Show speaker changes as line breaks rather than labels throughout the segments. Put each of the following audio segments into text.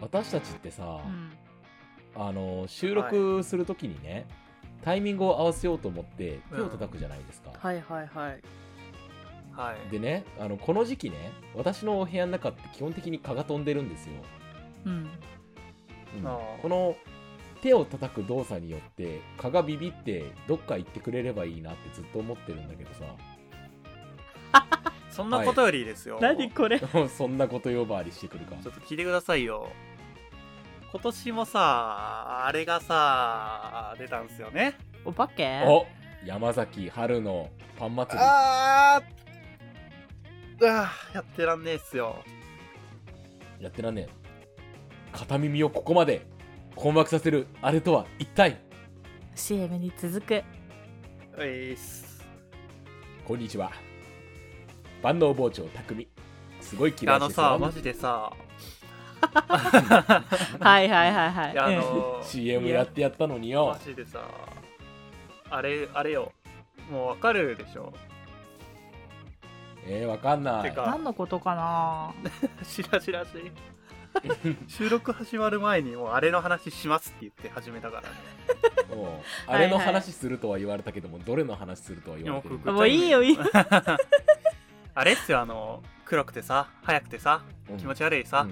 私たちってさ、
うん
あの収録するときにね、タイミングを合わせようと思って手を叩くじゃないですか、
はいはいはい
はい。
でねあのこの時期ね私のお部屋の中って基本的に蚊が飛んでるんですよ、
うん
うん
ああ
この手を叩く動作によって蚊がビビってどっか行ってくれればいいなってずっと思ってるんだけど
そんなことよりですよ。
何これ
さ そんなこと呼ばわりしてくるか
ちょっと聞いてくださいよ。今年もさ、あれがさ、出たんですよね。
お化け
お山崎春のパン祭り
あーあーやってらんねえっすよ。
やってらんねえ片耳をここまで困惑させるあれとは一体
CM に続く
えいっす。
こんにちは万能包丁匠すごい嫌
あ
い
の
して
さ、
さ
マジでさ、
はいはいはいはいい
やあ
うん
の
CM やってやったのによ
マジでさ、あれ、あれよ。もうわかるでしょ。
えー、わかんな
て
い
か
何のことかな
しらしらしい。 収録始まる前にもうあれの話しますって言って始めたからね。
おうあれの話するとは言われたけどもどれの話するとは言われてる
いや
もういいよい いよ
あれっすよ、あの、黒くてさ、早くてさ、
うん
気持ち悪いさ、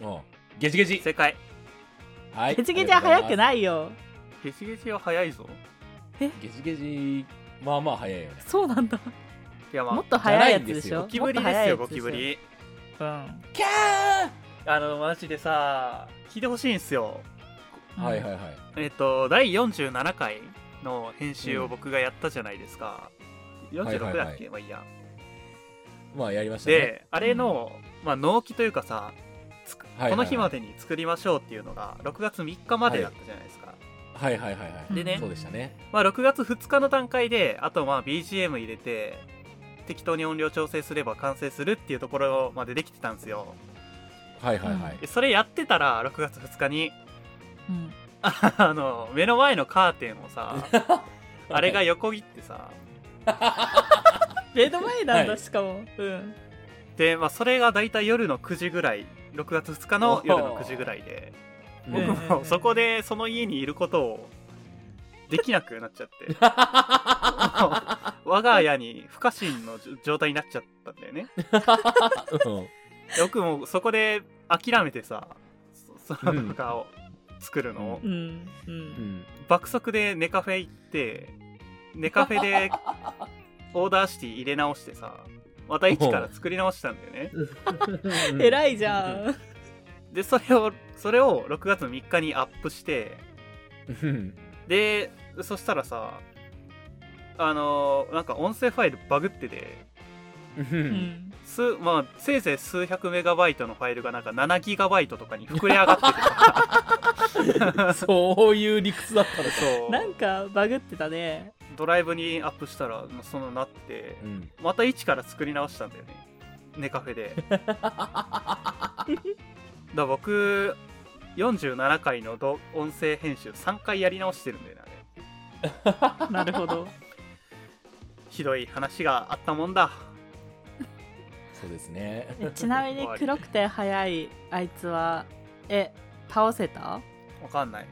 うんおうゲチゲチ
正解。
はい
ゲチゲチは早く
い
ないよ
ゲシゲシは早いぞ。
ゲチゲチまあまあ早いよね
そうなんだ
いやまあ
もっと早いや
じゃな
つ
いん
で
です
し
よ
ょ
ゴキブリ
もっと
で
早
す
い
よ、
や
ゴ
つで
キ
しょ
ブリ。
うん
キャ
あの、マジでさ、聞いてほしいんすよ。
ーはいはいはい
えっと、第47回の編集を僕がやったじゃないですか。
はいはい
46
は
だ
い
っけ、まあいいや。
まあやりましたね
で、あれの、まあ、納期というかさ、つく
はいはいはい
この日までに作りましょうっていうのが、6月3日までだったじゃないですか。
はいはいはいはい
でね
そうでしたね
まあ、6月2日の段階で、あとまあ BGM 入れて、適当に音量調整すれば完成するっていうところまでできてたんですよ。
はいはいはい
でそれやってたら、6月2日に、
うん
あの、目の前のカーテン をさ、あれが横切ってさ、
目の前なん
はい
だしかもうん
で、まあ、それが大体夜の9時ぐらい、6月2日の夜の9時ぐらいで、
うん
僕
うん
もそこでその家にいることをできなくなっちゃ って、 もう我が家に不可侵の状態になっちゃったんだよね。
うん
僕もうそこで諦めてさ、そその
うん
なんかを作るのを、
うんう
うんん
爆速でネカフェ行って、ネカフェでオーダーシティ入れ直してさ、また一から作り直したんだよね。
偉いじゃん
で、それを、それを6月3日にアップして、
うん
で、そしたらさ、あのーなんか音声ファイルバグってて、
う
うんん
数まあ、せいぜい数百メガバイトのファイルがなんか7ギガバイトとかに膨れ上がっててさ
そういう理屈だった のか
そう
なんかバグってたね
ドライブにアップしたらまあそのなって
うん
また一から作り直したんだよねネカフェで だから僕47回のど音声編集3回やり直してるんだよねあれ
なるほど
ひどい話があったもんだ
そうですね
えちなみに黒くて早いあいつはえ倒せた
わかんない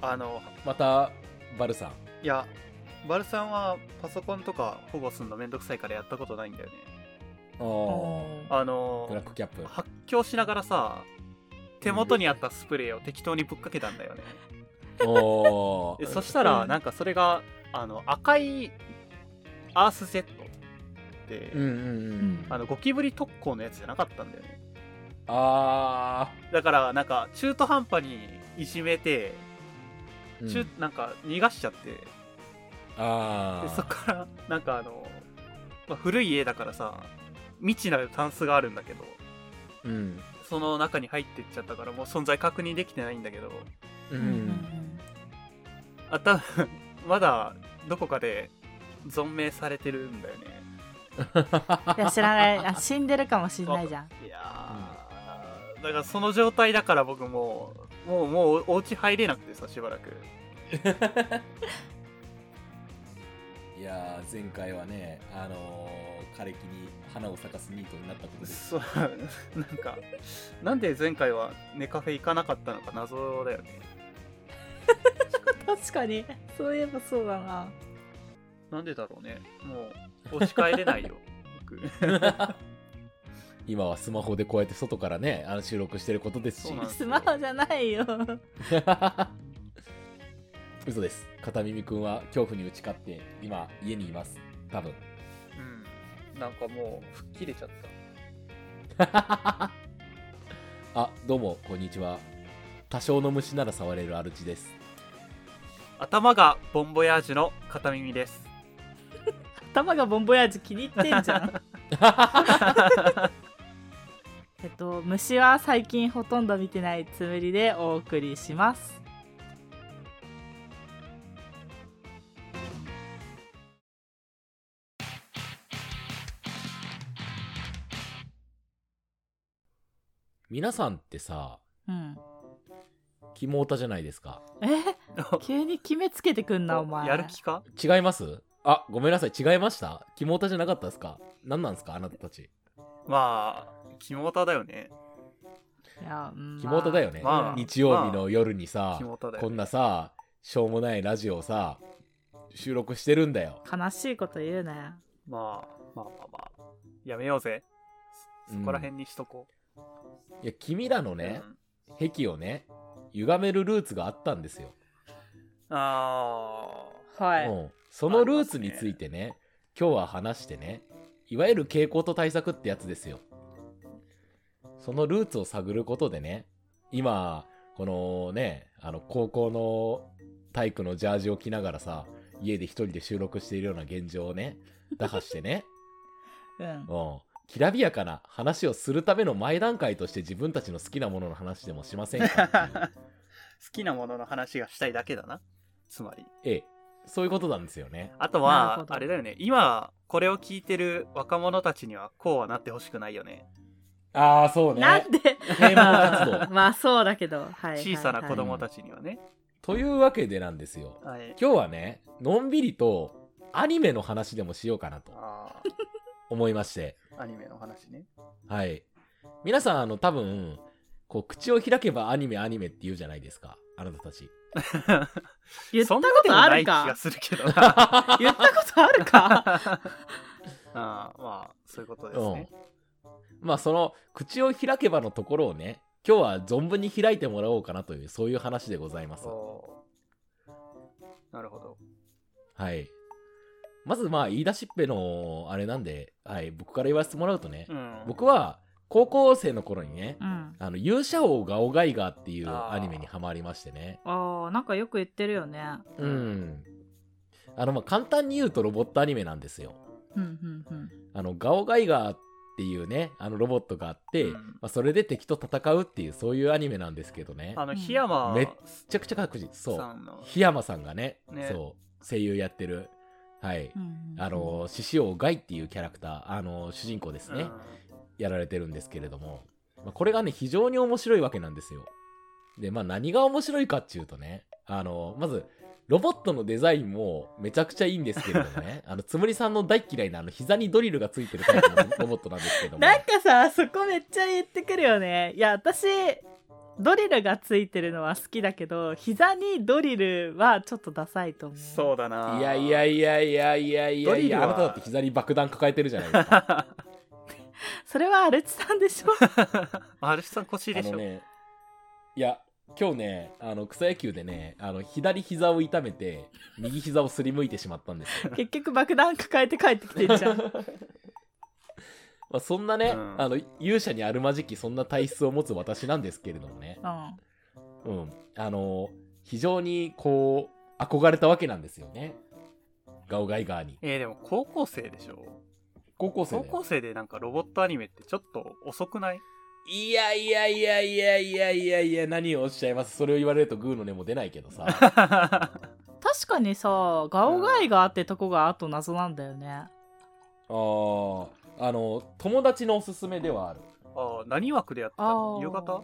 あの
またバルさん
いやバルさんはパソコンとか保護するのめんどくさいからやったことないんだよね
おー
あの
ブラックキャップ
発狂しながらさ手元にあったスプレーを適当にぶっかけたんだよね
お
で
ー
そしたらなんかそれがあの赤いアースセットって、
うんうんうん
あのゴキブリ特攻のやつじゃなかったんだよね
あ
だからなんか中途半端にいじめて
ー、うん
中、なんか逃がしちゃってで
あー
そっからなんかあの、まあ古い家だからさ未知なるタンスがあるんだけど
うん
その中に入ってっちゃったからもう存在確認できてないんだけど
う
うん
あ多分まだどこかで存命されてるんだよね
いや知らないあ死んでるかもしんないじゃん
いやーだからその状態だから僕もうもうもうお家入れなくてさしばらく
いいやー前回はねあのー枯れ木に花を咲かすニートになったことです
そう なんかなんで前回はネカフェ行かなかったのか謎だよね
確かにそういえばそうだな
なんでだろうねもう押し帰れないよ僕
今はスマホでこうやって外からねあの収録してることですし
そうなんです
ス
よ
マホじゃないよ
嘘です片耳くんは恐怖に打ち勝って今家にいます多分
うんなんかもう吹っ切れちゃった
あどうもこんにちは多少の虫なら触れるアルチです
頭がボンボヤージュの片耳です
頭がボンボヤージュ気に入ってんじゃんえっと虫は最近ほとんど見てないつもりでお送りします
皆さんってさ
うん
キモオタじゃないですか
え急に決めつけてくんなお前
やる気か
違いますあごめんなさい違いましたキモオタじゃなかったですか何なんですかあなたたち
まあキモタだよね
いや、うん
キモオタだよね、
まあ
日曜日の夜にさ、
キモタだ
こ
よ
んなさしょうもないラジオをさ収録してるんだよ
悲しいこと言うね
まあまあまあまあやめようぜそそこら辺にしとこ
いや君らの
う、
ね
う、ん
癖をね歪めるルーツがあったんですよ、
あ
はい、
うん、そのルーツについてね今日は話してねいわゆる傾向と対策ってやつですよそのルーツを探ることでね今このねあの高校の体育のジャージを着ながらさ家で一人で収録しているような現状をね打破してね
うん
うん、きらびやかな話をするための前段階として自分たちの好きなものの話でもしませんか っていう
あ 好きなものの話がしたいだけだなつまり
ええそういうことなんですよね
あと
なる
は
ほど
あれだよね今これを聞いてる若者たちにはこうはなってほしくないよね
ああそう
なんで
啓蒙活動
まあそうだけど、はい、
小さな子
はい
供たちにはね、
というわけでなんですよ
はい
今日はねのんびりとアニメの話でもしようかなと
あ
思いまして
ーアニメの話ね
はい皆さんあの多分こう口を開けばアニメアニメって言うじゃないですかあなたたち
言った
そ
こ
んなこと
とあ
ない
る
気が
か
するけどな
言ったことあるか
あーまあそういうことですね、
うん、まあその口を開けばのところをね今日は存分に開いてもらおうかなというそういう話でございます
おーなるほど
はい。まずまあ言い出しっぺのあれなんで、はい、僕から言わせてもらうとね、
うん
僕は高校生の頃にね、
うん
あの勇者王ガオガイガーっていう
あー
アニメにハマりましてね。
ああなんかよく言ってるよね
うん。あのまあ簡単に言うとロボットアニメなんですよ。
うんうんうん
あのガオガイガーっていうね、あのロボットがあって、
うん
まあ、それで敵と戦うっていうそういうアニメなんですけどね。め
あの檜山
めっちゃくちゃ各自、そ
さ
う。
んの
檜山さんがね、
ね
そう、声優やってる。はい。
うんうん
あの獅子王ガイっていうキャラクター、あの主人公ですね、やられてるんですけれども、まあこれがね非常に面白いわけなんですよでまあ何が面白いかっていうとねあのまずロボットのデザインもめちゃくちゃいいんですけれども ねあのつむりさんの大嫌いなあの膝にドリルがついてるタイプのロボットなんですけども
なんかさそこめっちゃ言ってくるよねいや私ドリルがついてるのは好きだけど膝にドリルはちょっとダサいと思う
そうだない
やいやいやいやいやいや
ドリ
い
ル
や
は
あなただって膝に爆弾抱えてるじゃないですか
それはアルチさん でしょ
マルシさん腰で
あ
し
の
ょ、
ねいや今日ねあの草野球でねあの左膝を痛めて右膝をすりむいてしまったんですよ
結局爆弾抱えて帰ってきてん じ ゃん
まあ、そんなね、
うん
あの勇者にあるまじきそんな体質を持つ私なんですけれどもね、
うん
うん、あの非常にこう憧れたわけなんですよねガオガイガーに
えーでも高校生でしょ
高校生
高
だよ
校生でなんかロボットアニメってちょっと遅く ない
いやいやいやいやいやいやいや何をおっしゃいますそれを言われるとグーの音も出ないけど さ
確かにさガオガイガーってとこがあと謎なんだよね
あーあの友達のおすすめではある
ああ、何枠でやってたの
あー
夕方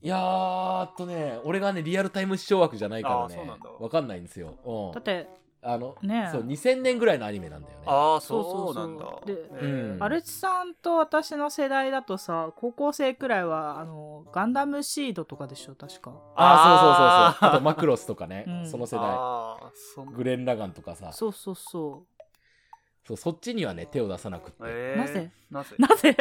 いやーっとね俺がねリアルタイム視聴枠じゃないから
あーそうな
ね
んだ
わかんないんですよ、うん
だって
あの、
ねえ
そう、2000年ぐらいのアニメなんだよね。
ああ
そう
そう
そう
な
そ
ん
う
だ
で
へ
うん
ー
アルチさんと私の世代だとさ高校生くらいはあのガンダムシードとかでしょ確か
ああ、そうそうそうそう。
あー
あ とマクロスとかね、
うん
その世代。
ああそん
グレン・ラガンとかさ、
そうそうそ
そうそっちにはね、手を出さなくって。
えー
なぜ
なぜ
う なぜ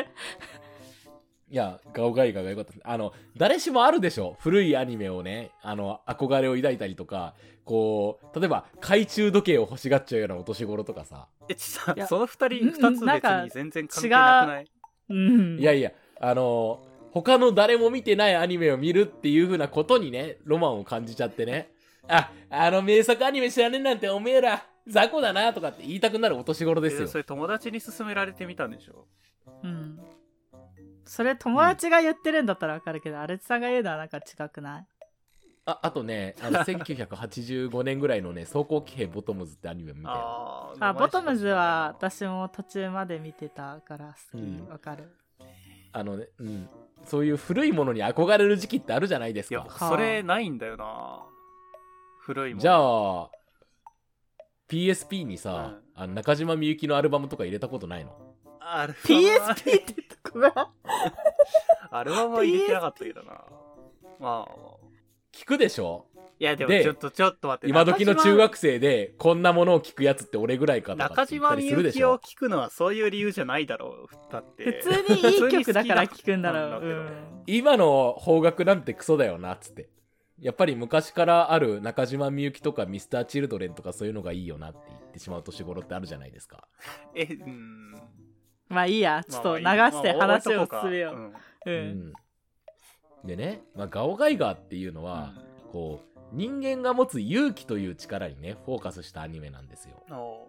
いや、ガオガイガが良かった。あの、誰しもあるでしょ。古いアニメをね、あの、憧れを抱いたりとか、こう、例えば、懐中時計を欲しがっちゃうようなお年頃とかさ。
えちさ
いや
その二人
うん
二つ別
なんか
に全然関係なくない
うん
いやいや、あの、他の誰も見てないアニメを見るっていう風なことにね、ロマンを感じちゃってね。あ、あの名作アニメ知らねえなんておめえら、雑魚だなとかって言いたくなるお年頃です
え
よ
ー。それ友達に勧められてみたんでしょ
うんそれ友達が言ってるんだったらわかるけど、アルチさんが言うのはなんか違くない
ああとね、あ の1985年ぐらいのね、走行騎兵ボトムズってアニメ見て。
あー
あボトムズは
名前し
私も途中まで見てたから好
うん
きわか る、
あのね、うん。そういう古いものに憧れる時期ってあるじゃないです
か知らん
か
い。やそれないんだよな古いもん
じ
あ
ゃあ、PSP にさ、
う
あの中島みゆきのアルバムとか入れたことないの
アルバム
PSP ってと こが
アルバムは入れてなかったけどなまあ
聞くでしょ
いやでも
で
ちょっとちょっと待って
今時の中学生でこんなものを聞くやつって俺ぐらいかとか
中
って言っ
島
た
み
りする
ゆ
でし
きを
ょ
聞くのはそういう理由じゃないだろうだって
普通にいい曲だから
普通に好
聴くんだろ
な
う、
んだけど
うん
今の方角なんてクソだよなっつってやっぱり昔からある中島みゆきとかミスターチルドレンとかそういうのがいいよなって言ってしまう年頃ってあるじゃないですか
えうん
まあいいやちょっと流
まあまあ
して
まあ
話
置いとこ
を
うか
進めよ
う
うんう、
うんでね、まあ、ガオガイガーっていうのは、こう人間が持つ勇気という力にねフォーカスしたアニメなんですよ
うんお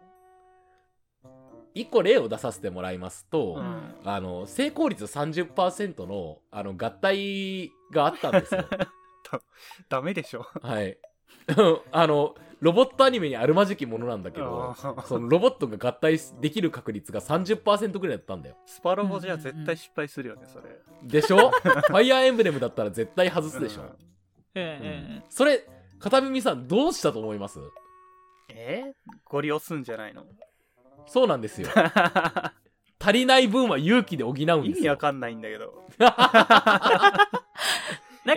一個例を出させてもらいますと、
ううん
あの成功率30%のあの合体があったんですよ
ダメでしょ
はい。 あの、ロボットアニメにあるまじきものなんだけど、そのロボットが合体できる確率が30%ぐらいだったんだよ。
スパロボじゃ絶対失敗するよねそれ
でし ょファイアーエンブレムだったら絶対外すでしょ。
うん
うんう
うん
ん
それ、片耳さんどうしたと思います
えゴリ押すんじゃないの
そうなんです よ。足りない分は勇気で補うんですよ。
意味わかんないんだけど
なんか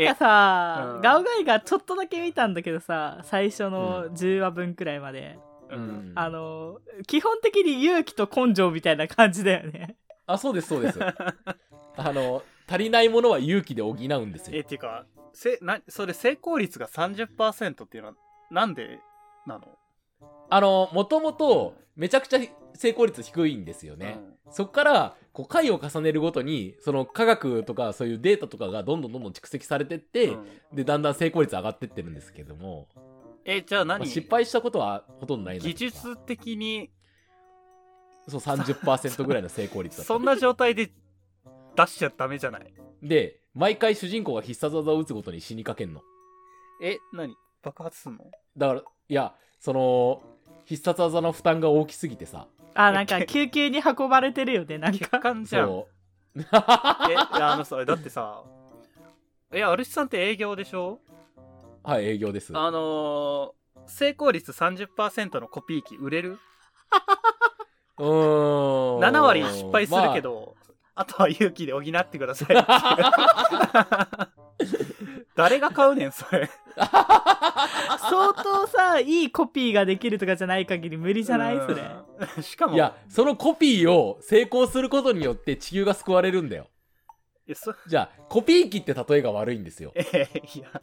えう
さ
ん
ガオガイがちょっとだけ見たんだけどさ最初の10話分くらいまで、
う
うんん
あの基本的に勇気と根性みたいな感じだよね
あ、そうです、 そうです。あの、足りないものは勇気で補うんです
え
よ。
っていうかせなそれ成功率が30%っていうのはなんでなの
あの、もともと、めちゃくちゃ成功率低いんですよね。そこから、こう、回を重ねるごとに、その科学とかそういうデータとかがどんどんどんどん蓄積されてって、
うんうん
で、だんだん成功率上がってってるんですけども、
えじゃあ
まあ
何
失敗したことはほとんどないなとか
技術的に
そう、30%ぐらいの成功率だった
そ。んな状態で出しちゃダメじゃない
で、毎回主人公が必殺技を打つごとに死にかけんの。
え何爆発すんの
だから、いや、その、必殺技の負担が大きすぎてさ、
あなんか救急に運ばれてるよねなん
血
か
管じゃん
そう、
えあのさだってさいやアルシさんって営業でしょ
はい、営業です。
あのー成功率30%のコピー機売れる
うーん。
7割失敗するけ
ま
ど、あ、とは勇気で補ってくださいっ ていう誰が買うねんそれ
相当さいいコピーができるとかじゃない限り無理じゃないそれ
うんしか
あ
も
いや、そのコピーを成功することによって地球が救われるんだよ。
いやそ
じゃあ、コピー機って例えが悪いんですよ。
えーいや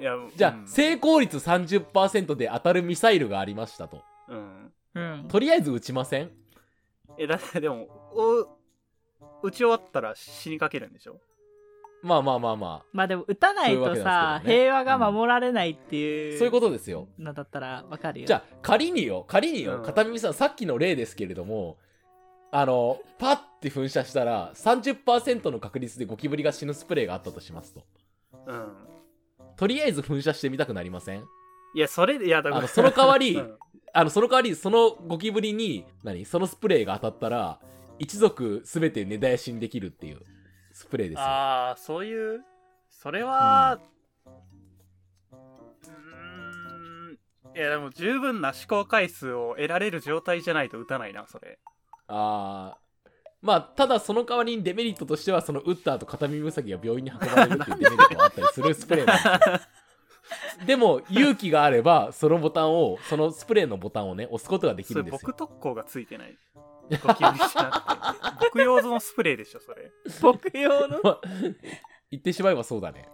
いや
じゃあ、
うん
成功率30%で当たるミサイルがありましたと。
うん
うん
とりあえず撃ちません
えだってでもお打ち終わったら死にかけるんでしょ
まあまあまあま
まあでも打たない
そうい
と
うわ
さ
けなんですけどね
平和が守られないって
あ、
いう
そういうことですよ。
のだったらわかるよ
じゃあ、仮によ、仮によ、
うん
片耳さん、さっきの例ですけれども、あの、パッて噴射したら、30%の確率でゴキブリが死ぬスプレーがあったとしますと。
うん
とりあえず噴射してみたくなりません
いやそれでいやだ
あのその代わり
うん
あの、その代わり、そのゴキブリに、何そのスプレーが当たったら、一族すべて根絶やしにできるっていうスプレーですよ。
ああそういうそれはうーんいやでも十分な試行回数を得られる状態じゃないと打たないなそれ
あーまあただその代わりにデメリットとしてはその打った後片耳塞ぎが病院に運ばれるっていうデメリットがあったりするスプレーなん ですでも勇気があればそのボタンをそのスプレーのボタンをね押すことができ
そ
る
れ
んです
僕
よ
特攻がついてないゴキブリじゃなくて僕用のスプレーでしょそれ
僕用の
言ってしまえばそうだね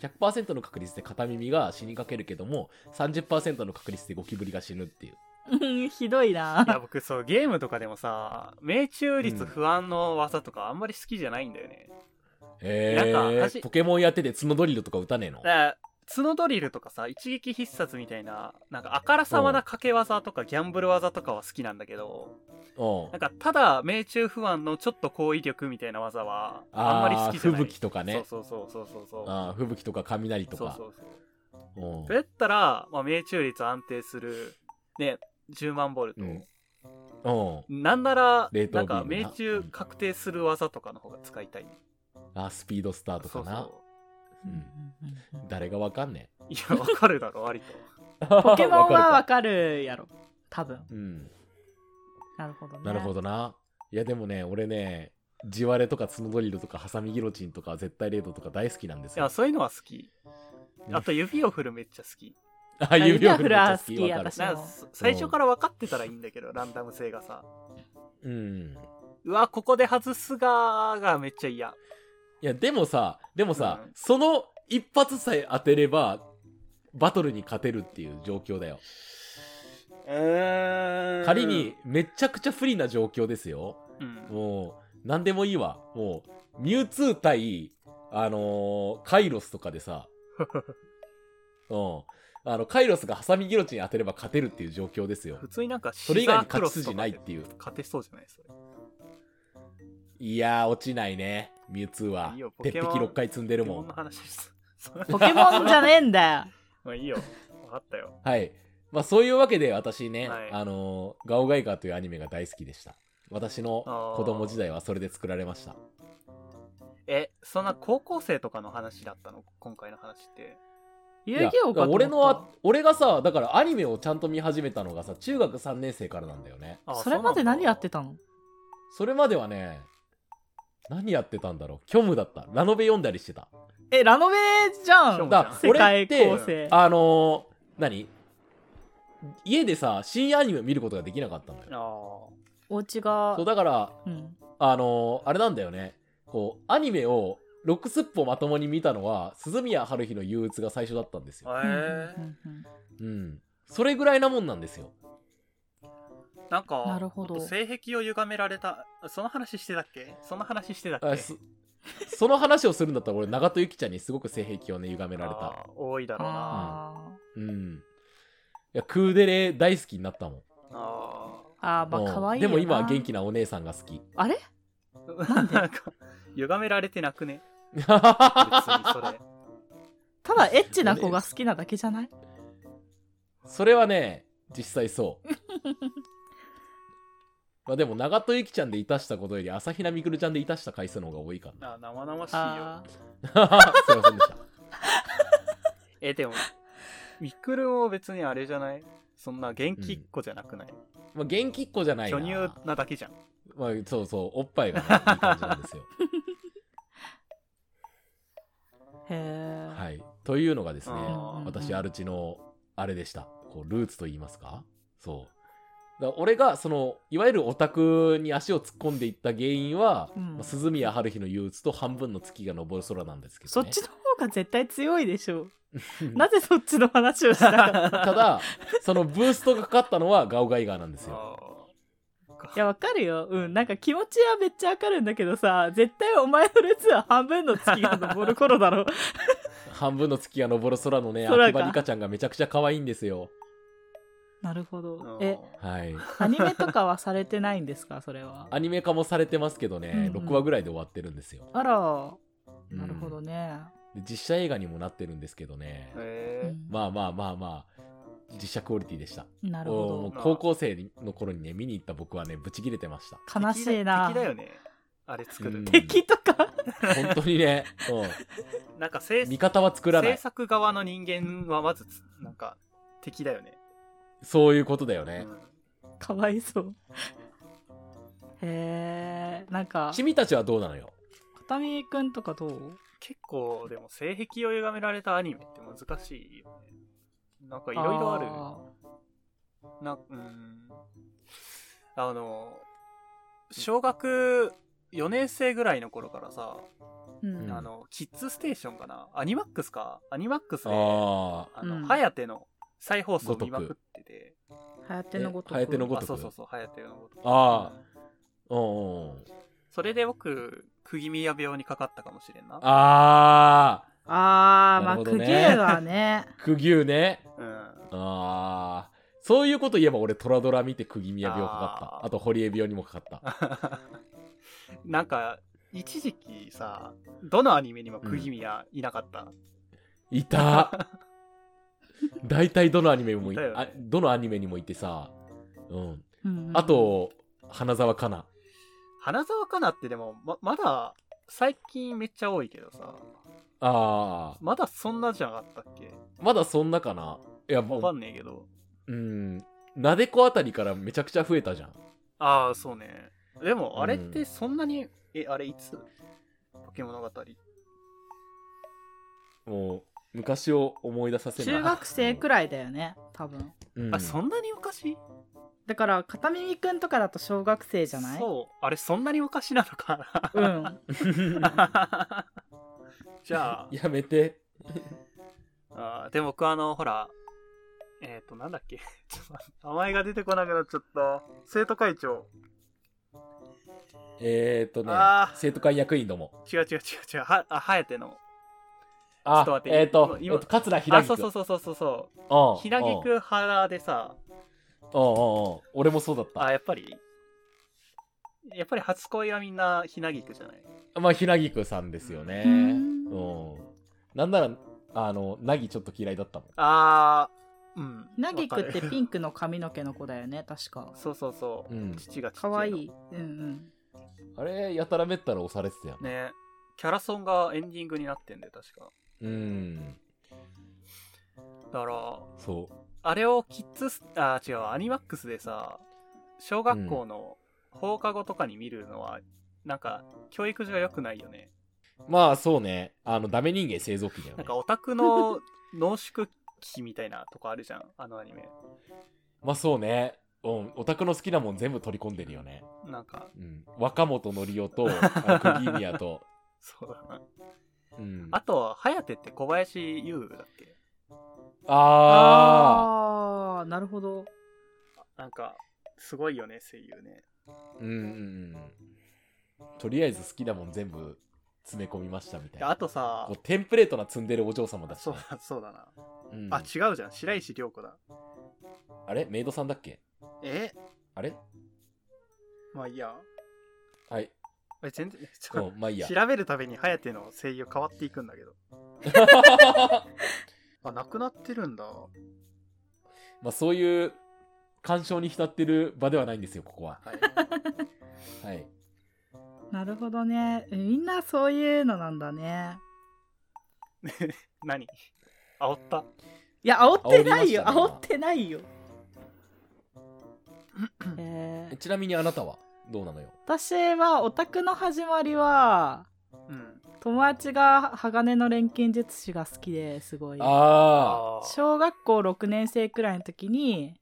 100%の確率で片耳が死にかけるけども30%の確率でゴキブリが死ぬっていう
うんひどいない
や僕そうゲームとかでもさ命中率不安の技とかあんまり好きじゃないんだよね、
え
なんか
ー、
私
ポケモンやってて角ドリルとか打たねえの
だから角ドリルとかさ一撃必殺みたいななんかあからさまな掛け技とかギャンブル技とかは好きなんだけど
うん
なんかただ命中不安のちょっと高威力みたいな技はあんまり好きじゃ
ー
ない
吹雪とかね
そうそうそうそうそうそう
あー吹雪とか雷とか
そうそうそう
うん
それやったら、まあ、命中率安定するね10万ボルト、
うんうん
なんなら
冷凍
なんか
ビーム
命
な
中確定する技とかの方が使いたい
あスピードスターとかな
うん
誰がわかんね
いやわかるだろ割と
え
ポケモンはわ
わか
かるやろ多分
るうん
なるほどね
なるほどないやでもね俺ね地割れとか角ドリルとかハサミギロチンとか絶対レードとか大好きなんです
いや
よ
そういうのは好き
うん
あと指を振るめっちゃ好き
あ
指を
めっ
振るの
ちゃわか
好
る
き私
なんかそ最初から分かってたらいいんだけどランダム性がさ
うん
うわここで外すがーがめっちゃ嫌
いやでもさでもさ、
うん
その一発さえ当てればバトルに勝てるっていう状況だよ仮に、めちゃくちゃ不利な状況ですよ
うん、
もう、なんでもいいわ。もう、ミュウツー対、あのーカイロスとかでさ、うん。あの、カイロスがハサミギロチン当てれば勝てるっていう状況ですよ
普。通になんかシ
それ以外
ザ
に
ー
勝
クロ
ち
スと
筋
か
ないっ
で
ていう。
勝てそうじゃないそれ
いやー、落ちないね。ミュウツーはい
いよ。ポ
鉄
ケ
壁
モン
6回積んでるも
ポケモン
ん
の。話です そ
ポケモンじゃねえんだよ
まあいいよ分かったよ
はい。まあ、そういうわけで私ね、
はい
あのーガオガイガーというアニメが大好きでした。私の子供時代はそれで作られました。
えそんな高校生とかの話だったの今回の話って
遊戯王かと思った
いや俺のあ俺がさだからアニメをちゃんと見始めたのがさ中学3年生からなんだよね
あ
それまで何やって
た
たの
それまではね何やってたんだろう虚無だったラノベ読んだりしてた
えラノベじゃ
しょうんも
だから
世
俺っ
界構
て
成
あのー何家でさ新アニメを見ることができなかったのよ
あ
お家が
そうだから
うん
あのーあれなんだよねこうアニメを6すっぽまともに見たのは鈴宮春日の憂鬱が最初だったんですよ
あへ
うんう
え
んうん
うんそれぐらいなもんなんですよ
なんか
なるほど
もっと性癖を歪められたその話してたっけその話してたっけ
あそその話をするんだったら俺長戸ゆきちゃんにすごく性癖をね歪められた
あー多いだろうな
あー
うんいやクーデレ大好きになったもん
あ
あーまあ
うん
可愛い
で
よな
も今は元気なお姉さんが好き
あれ
ーなんか歪められてなく ね別にそれ
ただエッチな子が好きなだけじゃない
それはね実際そう まあでも長戸ゆきちゃんでいたしたことより朝比奈みくるちゃんでいたした回数の方が多いかな
あ生々しいよ
あ ー
すいませんでした
えでもミクルも別にあれじゃないそんな元気っ子じゃなくない、
まあ元気っ子じゃないな
巨乳なだけじゃん
まあ、そうそうおっぱいがねいい感じなんですよ
へえ、
はいというのがですね
あー
私アルチのあれでしたこうルーツと言いますかそうだから俺がそのいわゆるオタクに足を突っ込んでいった原因は、
うん
まあ鈴宮春日の憂鬱と半分の月が昇る空なんですけ
そ
ど、
っ
ね、
ちの方が絶対強いでしょうなぜそっちの話をしたかった
ただそのブーストがかかったのはガオガイガーなんですよ
あ
いやわかるようんなんか気持ちはめっちゃわかるんだけどさ絶対お前の列は半分の月が昇る頃だろ
半分の月が昇る空のね
空が
秋葉リカちゃんがめちゃくちゃ可愛いんですよ
なるほ
ー
どえ
はい
アニメとかはされてないんですかそれは
アニメ化もされてますけどね、
うんうん
6話ぐらいで終わってるんですよ、
あら
うん
なるほどね、
で実写映画にもなってるんですけどね、
へー
うん
まあまあまあまあ実写クオリティでした
なるほ
もう
ど
高校生の頃にね見に行った僕はねブチギレてま した
悲しいな
敵だ敵だよねあれ作る、
うん
敵とか
本当にね、
なんか制
うん、味方は作らな
制
い
作側の人間はまずつなんか敵だよね。
そういうことだよね
う。ん
かわいそうへえんか
君たちはどうなのよ。
片見くんとかどう
結構でも性癖を歪められたアニメって難しいよねなんかいろいろあるなうーんあの小学4年生ぐらいの頃からさ、
るう
うん
ん
あのキッズステーションかなアニマックスかアニマックスであ
ああ。
うん
のハテの再放送見まくってて
はやてのごとく
え流行ってのごと
あ
く
そうそうそうハテのこと
あうんうんうん。
それで僕釘宮病にかかったかもしれんな
ああ。
あーま
な
あ
るほ
区
どね
切れはね
釘牛ね。
うん
ああ。そういうこと言えば俺、トラドラ見て釘宮病かかった。
あー
あと、堀江病にもかかった。
なんか一時期さどのアニメにも釘宮いなかった、
いた大体どのアニメもい
いたよね
あどのアニメにもいてさ。うん。
うんうん
あと、花澤香菜。
花澤香菜ってでもままだ最近めっちゃ多いけどさ
ああ。
まだそんなじゃなかったっけ
まだそんなかないや、も
わ
う
かんねえけど
うん。なでこあたりからめちゃくちゃ増えたじゃん。
ああそうねでもあれっ
う
て
ん
そんなに、えあれいつ「化け物語」
もう、昔を思い出させない。
中学生くらいだよね多分
うん、
あそんなに昔
だから片耳くんとかだと小学生じゃない
そうあれそんなに昔なの か
うん
なじゃあ
やめて。
あーでも僕あのほらえっ、となんだっけ ちょっと待って名前が出てこなくなっちゃった生徒会長
えー、っとね
あ、ー
生徒会役員ども。
違う違う違う違うはあはえての
あ、
っと待って
えー、っと、え
今
ーっと、桂ひら
あ
ぎ
そ
くん。
うそうそうそうそうそ
うん
うひらぎ
うん。うんうん
く派でさ
うん俺もそうだっ
あ
た。
やっぱりやっぱり初恋はみんなひなぎくじゃない
まあ、ひらぎくさんですよね。う
う
ん
ん。
なんなら、あの、なぎちょっと嫌いだったもん。
あーうん
なぎくっ
わ
て
かる
ピンクの髪の毛の子だよね確か
そうそうそう、
うん
父がちっちゃ
かわい
の
いうんうん
あれ、やたらめったら押されてたよね。
ねキャラソンがエンディングになってんで確か
うん。
だから
そ
あれをキッズス、あ、違う、アニマックスでさ、小学校の放課後とかに見るのは、なんか、教育上良くないよね。
う。まあ、そうね。あの、ダメ人間製造機だよ
な
ね
ん。か、オタクの濃縮期みたいなとこあるじゃん、あのアニメ。
まあ、そうね。うん。オタクの好きなもん全部取り込んでるよね。
なんか、
うん。若本のりお と、あの釘宮と。
そうだな。
うん。
あとは、ハヤテって小林優だっけ
あ
ああなるほど
なんか、すごいよね、声優ね。
ーうんうんうん。とりあえず好きなもん全部詰め込みましたみたい
で
な
あ。とさ
こう、テンプレートな積んでるお嬢様だし
そう
ね、
だ、そうだな。
うん
あ、違うじゃん、白石涼子だ。
あれメイドさんだっけ
え
あれ
まあいいや。
はい。
え、全然、ち
う
ょっ
ん、まあいいや
と、。調べるたびにハヤテの声優変わっていくんだけど。あ、なくなってるんだ。は
まあそういう干渉に浸ってる場ではないんですよ、ここは。
い。
はい。
なるほどねみんなそういうのなんだね
何煽った
いや煽ってないよ
煽りましたね
煽ってな いよえ
え
ー
ちなみにあなたはどうなのよ
私はオタクの始まりは
うん。
友達が鋼の錬金術師が好きですごい
あ
あー
小学校6年生くらいの時に
あ。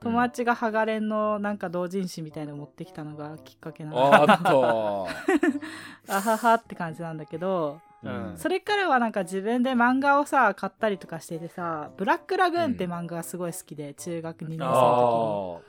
友達がハガレンのなんか同人誌みたいの持ってきたのがきっかけな
うん
の
あーっ
あははって感じなんだけど
と。
うん
それからはなんか自分で漫画をさ買ったりとかしててさ「ブラックラグーン」って漫画がすごい好きで、中学2年生
あ
の時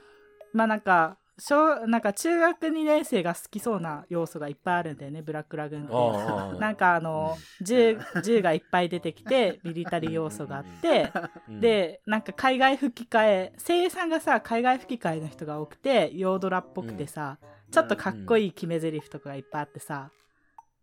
あ。
にまあなんか小なんか中学2年生が好きそうな要素がいっぱいあるんだよね「ブラックラグーン」って。
ああ。
なんかあの銃銃がいっぱい出てきてミリタリー要素があって
うん、
でなんか海外吹き替え声優さんがさ海外吹き替えの人が多くて洋ドラっぽくてさ、ちょっとかっこいい決め台詞とかがいっぱいあってさ、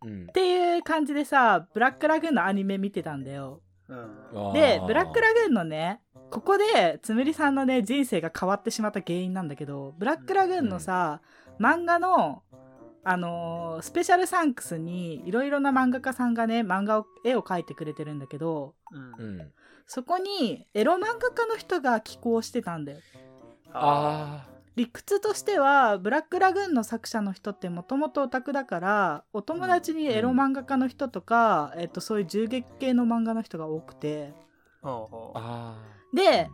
うん
っ、ていう感じでさブラックラグーンのアニメ見てたんだよ
うん。
あー
でブラックラグーンのねここでつむりさんのね人生が変わってしまった原因なんだけどブラックラグーンのさ、漫画のあのースペシャルサンクスにいろいろな漫画家さんがね漫画を絵を描いてくれてるんだけど
うん
う。ん。
そこにエロ漫画家の人が寄稿してたんだよ
あ
理屈としてはブラックラグーンの作者の人ってもともとオタクだからお友達にエロ漫画家の人とか、えっと、そういう銃撃系の漫画の人が多くて
あ。
あ。
ああ。
あ
で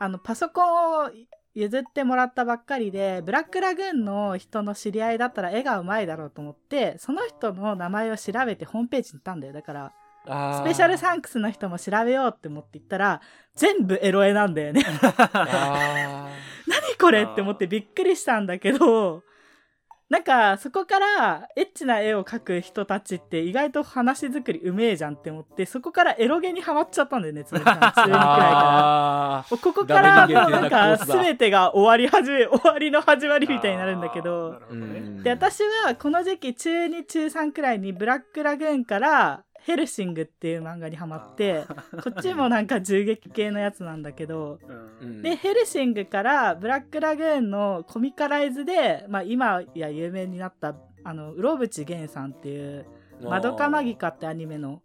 あのパソコンを譲ってもらったばっかりでブラックラグーンの人の知り合いだったら絵がうまいだろうと思ってその人の名前を調べてホームページに行ったんだよだから
あ。
スペシャルサンクスの人も調べようって思って行ったら全部エロ絵なんだよね
あ
何これって思ってびっくりしたんだけどなんかそこからエッチな絵を描く人たちって意外と話作りうめえじゃんって思ってそこからエロゲにハマっちゃったんだよねつぶさん中2くらいから。
あ。
もうここか
ダ
ら
メ人
もう
間
なん
転落
か
コースだ
全てが終わり始 め終わりの始まりみたいになるんだけど
なるほ
う
どね。
ん。
で、私はこの時期中2中3くらいにブラックラグーンからヘルシングっていう漫画にハマってこっちもなんか銃撃系のやつなんだけど
う。
うんん、
で、ヘルシングからブラックラグーンのコミカライズで、まあ、今や有名になったあのうろぶちげんさんっていう「まどかマギカ」ってアニメの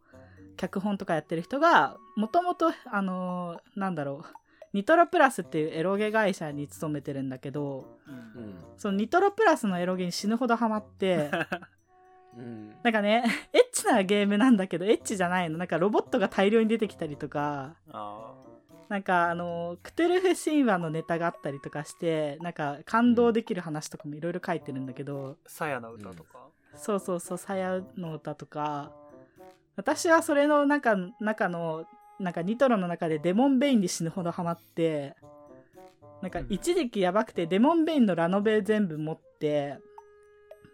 脚本とかやってる人がもともとあのーなんだろうニトロプラスっていうエロゲ会社に勤めてるんだけど
う。
うんん。
そのニトロプラスのエロゲに死ぬほどハマ って。
うん。
なんかね、エッチなゲームなんだけど、エッチじゃないの。なんかロボットが大量に出てきたりとか、
あ
なんかあのクトゥルフ神話のネタがあったりとかしてなんか感動できる話とかもいろいろ書いてるんだけど、
あ。さやの歌とか。
そうそうそう「さやの歌」とか私はそれの中中のなんかニトロの中でデモン・ベインに死ぬほどハマってなんか
うん
一時期やばくてデモン・ベインのラノベ全部持って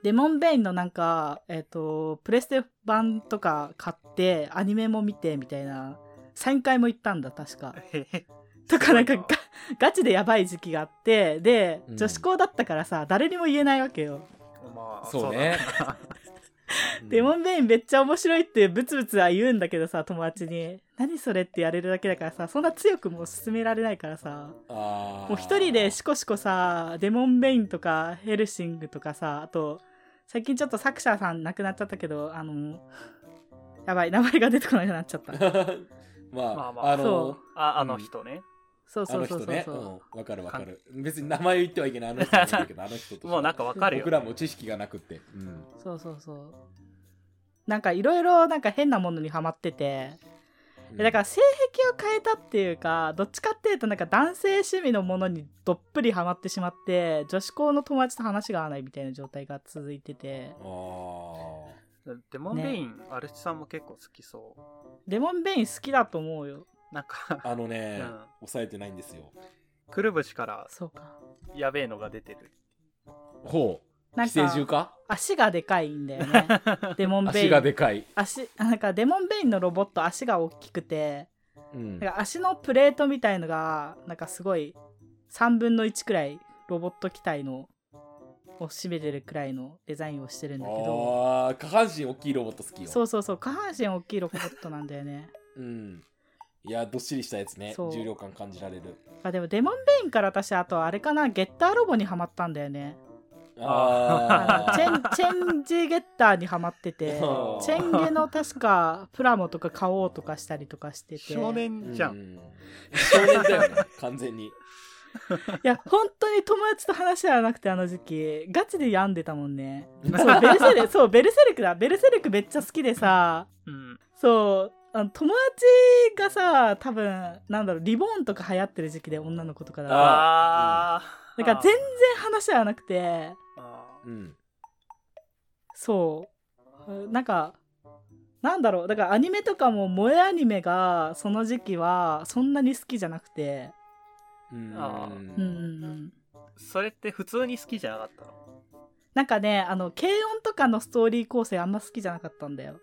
デモン・ベインのなんか、えっとプレステ版とか買ってアニメも見てみたいな3回も行ったんだ確か。
へへ
とかなんか
すご
ガ
い
ガチでやばい時期があってで
うん
女子校だったからさ、誰にも言えないわけよ。
まあ、
そうね
そうだ
デモンベインめっちゃ面白いってブツブツは言うんだけどさ友達に「何それ?」ってやれるだけだからさそんな強くもう勧められないからさ
あー
もう一人でシコシコさデモンベインとかヘルシングとかさあと最近ちょっと作者さん亡くなっちゃったけどあのやばい名前が出てこなくなっちゃっ た
まあ、ま
まあ
あ
ま
ま
あ
あ、あの、
あ、あの人ね。
そう
あ
そ
の
うそ
人
うそう
ね。、
そううん
わかるわかる。別に名前言ってはいけないあの人なんだけど、あの人と。
もうなんかわかるよ。
僕らも知識がなくって。うん。
そうそうそうなんかいろいろなんか変なものにはまってて
うん
えだから性癖を変えたっていうかどっちかっていうとなんか男性趣味のものにどっぷりハマってしまって女子校の友達と話が合わないみたいな状態が続いてて
あー
デモンベイン、アルチさんも結構好きそ
レモンベイン好きだと思うよ
う。なんか、
あのね、
うん
抑えてないんですよ。
くるぶしから
そうか
やべえのが出てる。
ほう。
なん
寄生獣
か
か
足がでかいんだ よねデモンベイ
足
ン
がでかい。
足なんかデモンベインのロボット足が大きくて
うん。
なんか足のプレートみたいのがなんかすごい3分の1くらいロボット機体のを占めてるくらいのデザインをしてるんだけど
ああ、下半身大きいロボット好きよ。
そうそうそう下半身大きいロボットなんだよね
うん。いや、どっしりしたやつね。
そう
重量感感じられる。
あでもデモンベインから私あとあれかなゲッターロボにはまったんだよねあ
あ
の
あ。
チェンチェンジゲッターにはまってて
あー
チェンゲの確かプラモとか買おうとかしたりとかしてて
少年じゃ。
うんん。少年だ よね、完全に。
いや本当に友達と話し合わなくてあの時期ガチで病んでたも んねそうベルセルそうベルセルクだベルセルクめっちゃ好きでさ
うん。
そうあの友達がさ多分なんだろうリボーンとか流行ってる時期で女の子とかだから
ああ。
なんか全然話合わなくて
あ
うん。
そうなんかなんだろうだからアニメとかも萌えアニメがその時期はそんなに好きじゃなくて
うん
あ
うんうんうん
ーそれって普通に好きじゃなかったの
なんかねあの軽音とかのストーリー構成あんま好きじゃなかったんだよ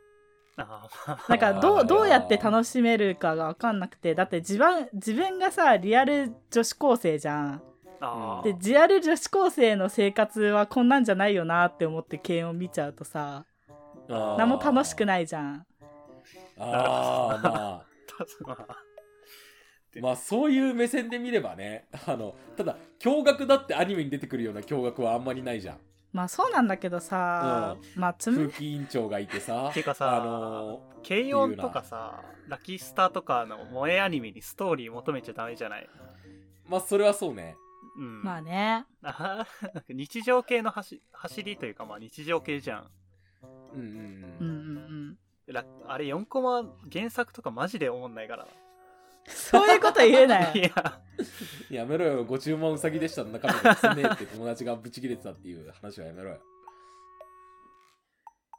ああ。
なんかど
あ
う
ー
どうやって楽しめるかが分かんなくてだって自分自分がさリアル女子高生じゃん
ああ。
でリアル女子高生の生活はこんなんじゃないよなって思って軽音見ちゃうとさ
あー
何も楽しくないじゃん
ああ、まあ。まあそういう目線で見ればね、あの、ただ、驚愕だってアニメに出てくるような驚愕はあんまりないじゃん。
まあそうなんだけどさ、まあつ
風
む
紀委員長がいて さ
てかさ
あの
軽音とかさ、ラキスタとかの萌えアニメにストーリー求めちゃダメじゃない。
ーまあそれはそうね
うん。
まあね
あはは なんか日常系の走走りというか、まあ日常系じゃん。
うんう
うん
ん
うん
うん
うん
ラあれ4コマ原作とかマジで思んないから。
そういうこと言えな いい
や、
やめろよご注文うさぎでしたの中身がつねえって友達がブチ切れてたっていう話はやめろよ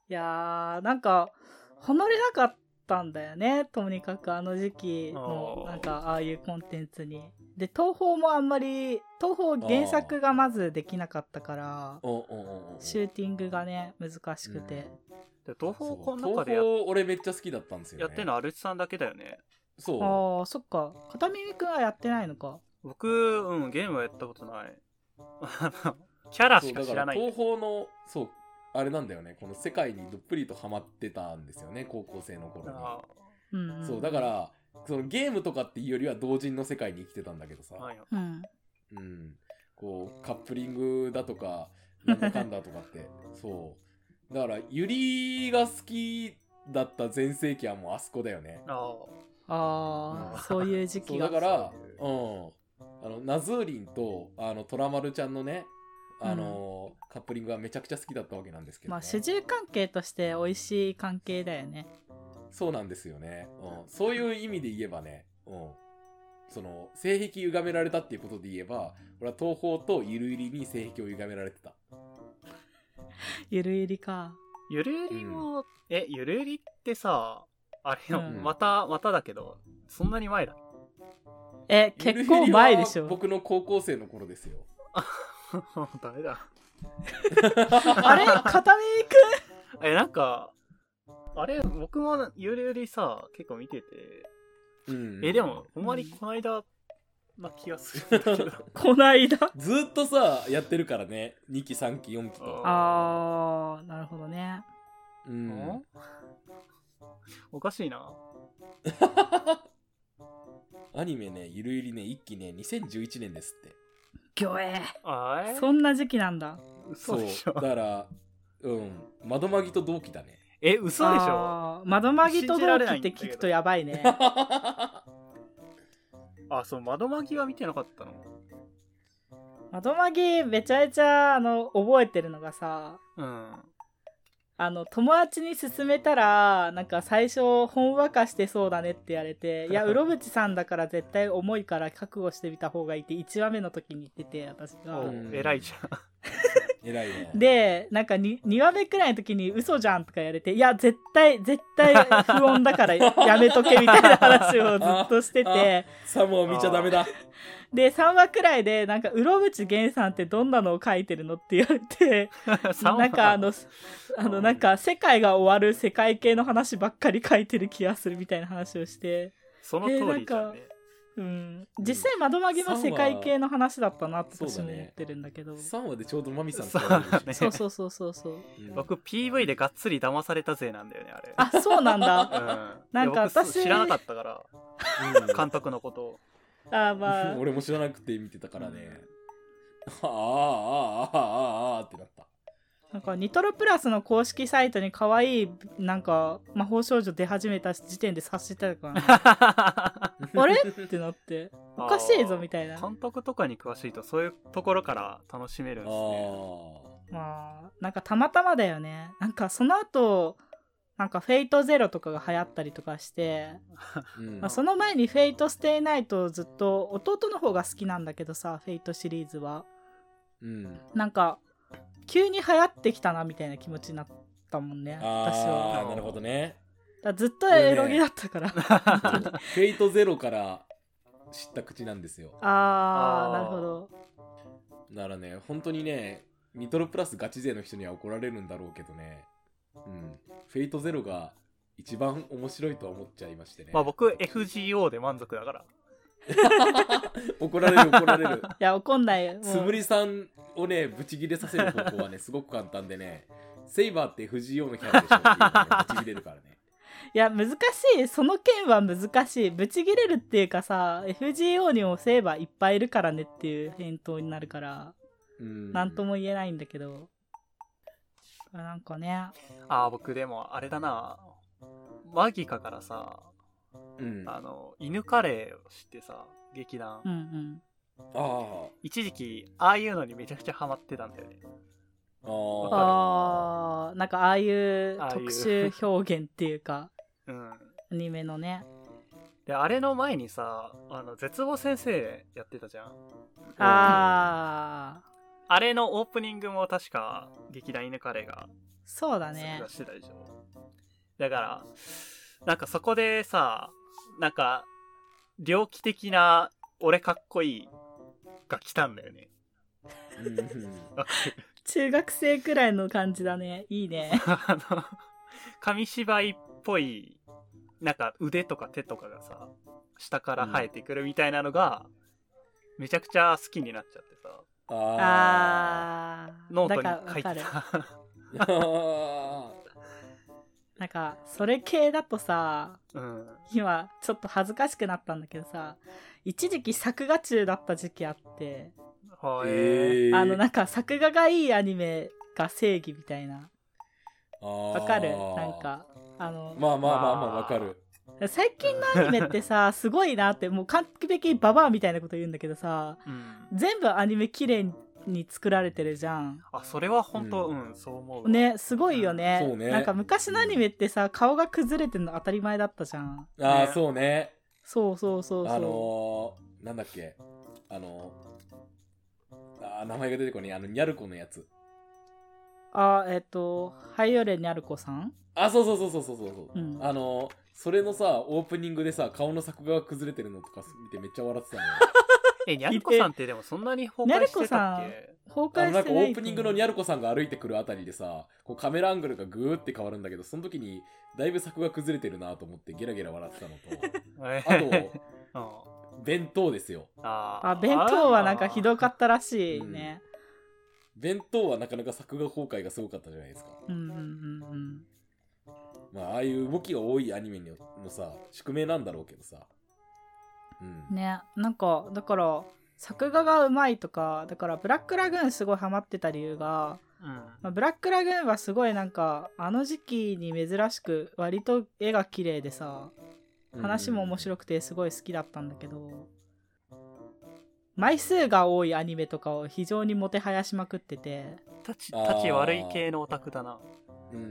いやーなんかハマれなかったんだよねとにかくあの時期の
あー
なんかああいうコンテンツにで東宝もあんまり東宝原作がまずできなかったから
おんおんおんおん
シューティングがね難しくて、
で
そ
東宝
う
この中でや
東宝俺めっちゃ好きだったんですよ、ね、
やってるのはルチさんだけだよね。
そう
ああそっか片耳くんはやってないのか
僕、うん、ゲームはやったことない。 あのキャラ
そう
し
だ
か
ら
知らない。
東宝のそうあれなんだよねこの世界にどっぷりとハマってたんですよね高校生の頃に
あ
うん、うん、
そうだからそのゲームとかっていうよりは同人の世界に生きてたんだけどさ、
ーはいはい
うん
うん、こうカップリングだとかなんだかんだとかって そうだからゆりが好きだった全盛期はもうあそこだよね
あ
あ
う
あ
ん
そういう時
そ
期
う
が
だから
そ
うん
う
あのナズーリンとあのトラマルちゃんのねあの、カップリングがめちゃくちゃ好きだったわけなんですけど、ね
まあ主従関係として美味しい関係だよね
そうなんですよね、うん、そういう意味で言えばね、うん、その性癖歪められたっていうことで言えば俺は東宝とゆるゆりに性癖を歪められてた
ゆるゆりか
ゆるゆりも、え、ゆるゆりってさ、あれよ、
うん
また、まただけど、そんなに前だ。
え結構前でし
ゆるゆりは
ょ
僕の高校生の頃ですよ
ダメだ。
あれ片耳くん
え、なんか、あれ、僕もゆるゆりさ、結構見てて、
うん
え、でも、ほんまにこないだな気がするんだけど。
こないだ
ずーっとさやってるからね2期3期4期と
あ
あーなるほどね
うん
おかしいな。
アニメねゆるゆりね1期ね2011年ですって
ギョエ
あえ
そんな時期なんだ
嘘でしょ
だからうん窓まぎと同期だ ね
え、嘘でしょ
あー窓まぎと同期って
信じられないんだ
聞
け
く
ど
とやばいね
あ、そう、窓巻きは見てなかったの。
窓まぎめちゃめちゃあの覚えてるのがさ
うん。
あの友達に勧めたらなんか最初ほんわかしてそうだねって言われて「いやうろぶちさんだから絶対重いから覚悟してみた方がいい」って1話目の時に言ってて私が。
お
うん
偉いじゃん。
偉いね
でなんか 2, 2話目くらいの時に「嘘じゃん」とか言われて「いや絶対絶対不穏だからやめとけ」みたいな話をずっとしてて
サムを見ちゃダメだ
で3話くらいで「なんかうろぶちげんさんってどんなのを書いてるの?」って言われて
三
なんかあのあのなんか世界が終わる世界系の話ばっかり書いてる気がするみたいな話をして。
その通りじゃんね。
うん、実際窓まぎも世界系の話だったなって私も思ってるんだけど、
3話でちょうどマミさん
そう
と会えるし
そうそうそうそうそう
うん
僕 PV でがっつり騙されたぜなんだよね、あ
あそうなんだ
れ。うん。
なんか
いや僕
私
知らなかったから、
うん
監督のこ とを。
あまあ
俺も知らなくて見てたからね
う
あああ
ん
あああああってなった
なんかニトロプラスの公式サイトに可愛いなんか魔法少女出始めた時点で察してたから なあれってなっておかしいぞみたいな
監督とかに詳しいとそういうところから楽しめるん
あ
ですね。
まあなんかたまたまだよねなんかその後なんか「フェイトゼロとかが流行ったりとかして、
あ、うん
まあ、その前に「フェイトステイナイトずっと弟の方が好きなんだけどさ「フェイトシリーズは
うん
なんか急に流行ってきたなみたいな気持ちになったもんね私は
ああなるほどね
だからずっとエロゲだったから、
そうフェイトゼロから知った口なんですよ
あ
あ
あな
ー
るほど
ならね本当にねニトロプラスガチ勢の人には怒られるんだろうけどねうんフェイトゼロが一番面白いとは思っちゃいましてね、
まあ僕 FGO で満足だから。
怒られる怒られる
いや怒んないよもう
つむりさんをねブチギレさせる方法はねすごく簡単でねセイバーって FGO のキャラでしょっていうのがねブチギレるからね
いや難しいその件は難しいブチギレるっていうかさ FGO にもセーバーいっぱいいるからねっていう返答になるから
うん
何とも言えないんだけどなんかね
ああ、僕でもあれだな。マギカからさ、
うん
あの、犬カレーを知ってさ、劇団。
うんうん
あ
一時期、ああいうのにめちゃくちゃハマってたんだよね。
あー
あーなんかああいう
ああいう
特殊表現っていうか
うん。
アニメのね
で、あれの前にさ、あの、絶望先生やってたじゃん。
ああ
あれのオープニングも確か、劇団犬カレーが
そうだね
作画してたでしょ。だから、なんかそこでさ、なんか、猟奇的な、俺かっこいいが来たんだよね。
うんうん
わかる
中学生くらいの感じだねいいね
あの、紙芝居っぽい、なんか腕とか手とかがさ、下から生えてくるみたいなのが、めちゃくちゃ好きになっちゃってさ、
あ
ああ
ノー
なん
ト
か
に書い
わか
て
る
た。
ーあ
なんかそれ系だとさ
うん。
今ちょっと恥ずかしくなったんだけどさ一時期作画中だった時期あって、
は
ー
い、
あのなんか作画がいいアニメが正義みたいなわ
わ
かるなんかあの、
まあまあまあまあわかる
最近のアニメっ てさすごいなってもう完璧にババアみたいなこと言うんだけどさ
うん。
全部アニメ綺麗に作られてるじゃん
あ、それは本当、
う
うん、そう思うわ。
ねすごいよね,、
そうね
なんか昔のアニメってさ顔が崩れてるの当たり前だったじゃん
ああ
ね
そうね
そうそうそうそう
あのー、なんだっけあのー、あー名前が出てこないあのニャルコのやつ
あえっ、とハイオレニャルコさん
あそうそうそうそうそうそう、
う
うんあのー、それのさオープニングでさ顔の作画が崩れてるのとか見てめっちゃ笑ってたのよ
え、にゃるこさんってでもそんなに崩壊してたっ
にゃ
け
崩
あのな
壊し
んか
て
オ
ない
ープニングのニャルコさんが歩いてくるあたりでさこうカメラアングルがグーって変わるんだけどその時にだいぶ作画崩れてるなと思ってゲラゲラ笑ってたのとあ と
と、
弁当ですよ
あー
あ弁当はなんかひどかったらしいね、
弁当はなかなか作画崩壊がすごかったじゃないですか、
うん、うんうんうん
まあ、ああいう動きが多いアニメのさ宿命なんだろうけどさうん、
ねなんかだから作画がうまいとかだからブラックラグーンすごいハマってた理由が、
うん。
まあ、ブラックラグーンはすごいなんかあの時期に珍しく割と絵が綺麗でさ話も面白くてすごい好きだったんだけど、枚数が多いアニメとかを非常にもてはやしまくってて、
たち、
あー
たち悪い系のオタクだな。
うん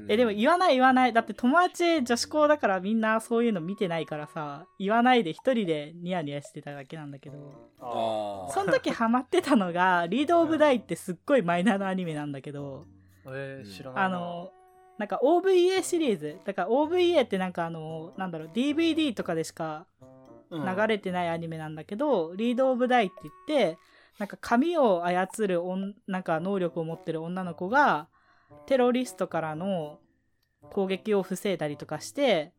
えでも言わない言わないだって友達女子校だからみんなそういうの見てないからさ言わないで一人でニヤニヤしてただけなんだけど。
あ
あ
その時ハマってたのが「リード・オブ・ダイ」ってすっごいマイナーなアニメなんだけど
ーえー、知らないな。
あのなんか OVA シリーズだから OVA ってなんかあのなんだろう DVD とかでしか
うん、
流れてないアニメなんだけど「リード・オブ・ダイ」って言ってなんか髪を操るおんなんか能力を持ってる女の子がテロリストからの攻撃を防いだりとかして